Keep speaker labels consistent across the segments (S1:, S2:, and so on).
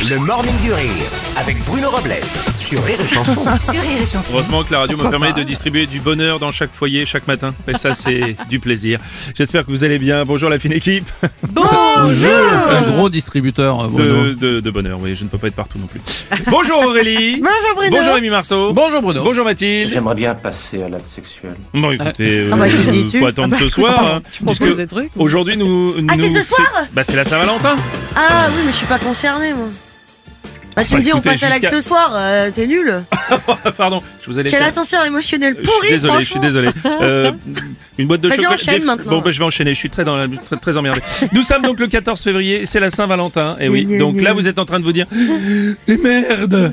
S1: Le Morning du Rire avec Bruno Robles sur Rire et Chanson.
S2: Sur Rire et Chanson.
S3: Heureusement que la radio me permet de distribuer du bonheur dans chaque foyer chaque matin. Et ça, c'est du plaisir. J'espère que vous allez bien. Bonjour la fine équipe
S2: Bonjour
S4: Un gros distributeur, euh, Bruno.
S3: de, de- de bonheur. Oui, je ne peux pas être partout non plus. Bonjour Aurélie.
S2: Bonjour Bruno
S3: Bonjour Rémi Marceau.
S4: Bonjour Bruno.
S3: Bonjour Mathilde.
S5: J'aimerais bien passer à l'acte sexuel.
S3: Bon, écoutez, euh,
S2: Ah bah, tu le dis-tu
S3: faut attendre
S4: Ah,
S3: ce soir. hein, puisque
S2: trucs
S3: Aujourd'hui, nous.
S2: Ah, c'est
S3: nous-
S2: ce soir
S3: Bah, c'est la Saint-Valentin.
S2: Ah oui, mais je suis pas concernée moi. Bah tu
S3: Bah,
S2: me dis on
S3: écoutez,
S2: passe à l'acte
S3: jusqu'à-
S2: ce soir, euh, t'es nul.
S3: Pardon, je vous allais.
S2: Quel
S3: faire-
S2: ascenseur émotionnel
S3: Je suis
S2: pourri
S3: désolé, je suis
S2: franchement.
S3: désolé. Euh, une boîte de
S2: Vas-y,
S3: chocolat.
S2: enchaîne
S3: des-
S2: maintenant.
S3: Bon, bah, je vais enchaîner. Je suis très dans la, très, très emmerdé. Nous sommes donc le 14 février. C'est la Saint-Valentin. Et oui.
S2: Gna, gna,
S3: Donc
S2: gna.
S3: là, vous êtes en train de vous dire, et merde.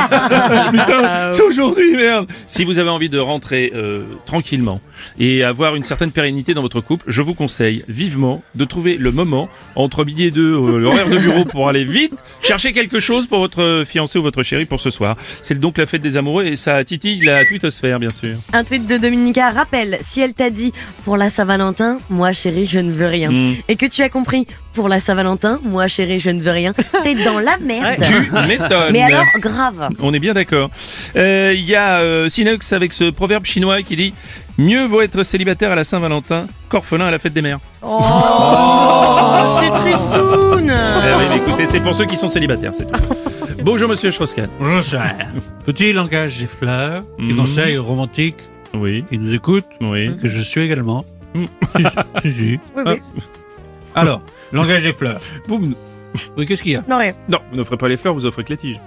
S2: Ah
S3: Putain, c'est aujourd'hui, merde. Si vous avez envie de rentrer euh, tranquillement et avoir une certaine pérennité dans votre couple, je vous conseille vivement de trouver le moment entre midi et deux, euh, l'horaire de bureau pour aller vite chercher quelque chose pour votre euh, fiancé ou votre chéri pour ce soir. C'est donc la fête des amoureux et ça titille la twittosphère, bien sûr.
S2: Un tweet de Dominica rappelle si elle t'a dit pour la Saint-Valentin, moi chérie, je ne veux rien.
S3: Mm.
S2: Et que tu as compris pour la Saint-Valentin, moi chérie, je ne veux rien. T'es dans la merde.
S3: Tu m'étonnes.
S2: Euh, Mais alors grave.
S3: On est bien d'accord. Euh, Il y a euh, Sinox avec ce proverbe chinois qui dit Mieux vaut être célibataire à la Saint-Valentin qu'orphelin à la fête des mères.
S2: Oh, c'est tristoun.
S3: Eh oui, mais écoutez, c'est pour ceux qui sont célibataires, c'est tout. Bonjour, monsieur Strauss-Kahn.
S6: Bonjour, cher. Petit langage des fleurs, des
S3: Mhm.
S6: conseils romantiques
S3: Oui,
S6: qui nous écoutent,
S3: oui.
S6: que je suis également.
S3: Mhm.
S6: Si, si, si.
S2: Oui, oui.
S3: Ah.
S6: Alors, langage des fleurs.
S3: Vous me-
S6: Oui, qu'est-ce qu'il y a
S2: Non rien.
S3: Non, vous n'offrez pas les fleurs, vous offrez que les tiges.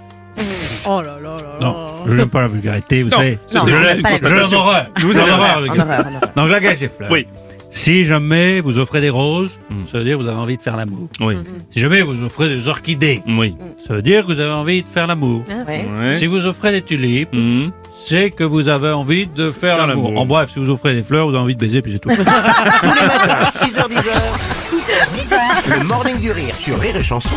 S2: Oh là là là.
S6: Non, je n'aime pas la vulgarité, vous
S3: Non,
S6: savez.
S3: c'était
S2: Non,
S6: je
S2: on
S3: juste
S2: n'aime
S3: une
S2: pas la
S6: je l'en
S3: constatation.
S6: horreur.
S3: Vous
S6: J'en
S3: avez
S6: horreur, le
S2: En
S6: gars.
S2: horreur, en horreur.
S6: Donc, langage des fleurs.
S3: Oui.
S6: Si jamais vous offrez des roses,
S3: Mhm.
S6: ça veut dire que vous avez envie de faire l'amour.
S3: Oui,
S6: Si jamais vous offrez des orchidées,
S3: oui.
S6: ça veut dire que vous avez envie de faire l'amour.
S2: Ouais.
S3: Ouais.
S6: Si vous offrez des tulipes,
S3: Mhm.
S6: c'est que vous avez envie de faire
S3: Faire
S6: l'amour.
S3: l'amour.
S6: En bref, si vous offrez des fleurs, vous avez envie de baiser, puis c'est tout.
S1: 6h10,
S2: Heures, 10 heures.
S1: le Morning du Rire sur Rire et Chanson.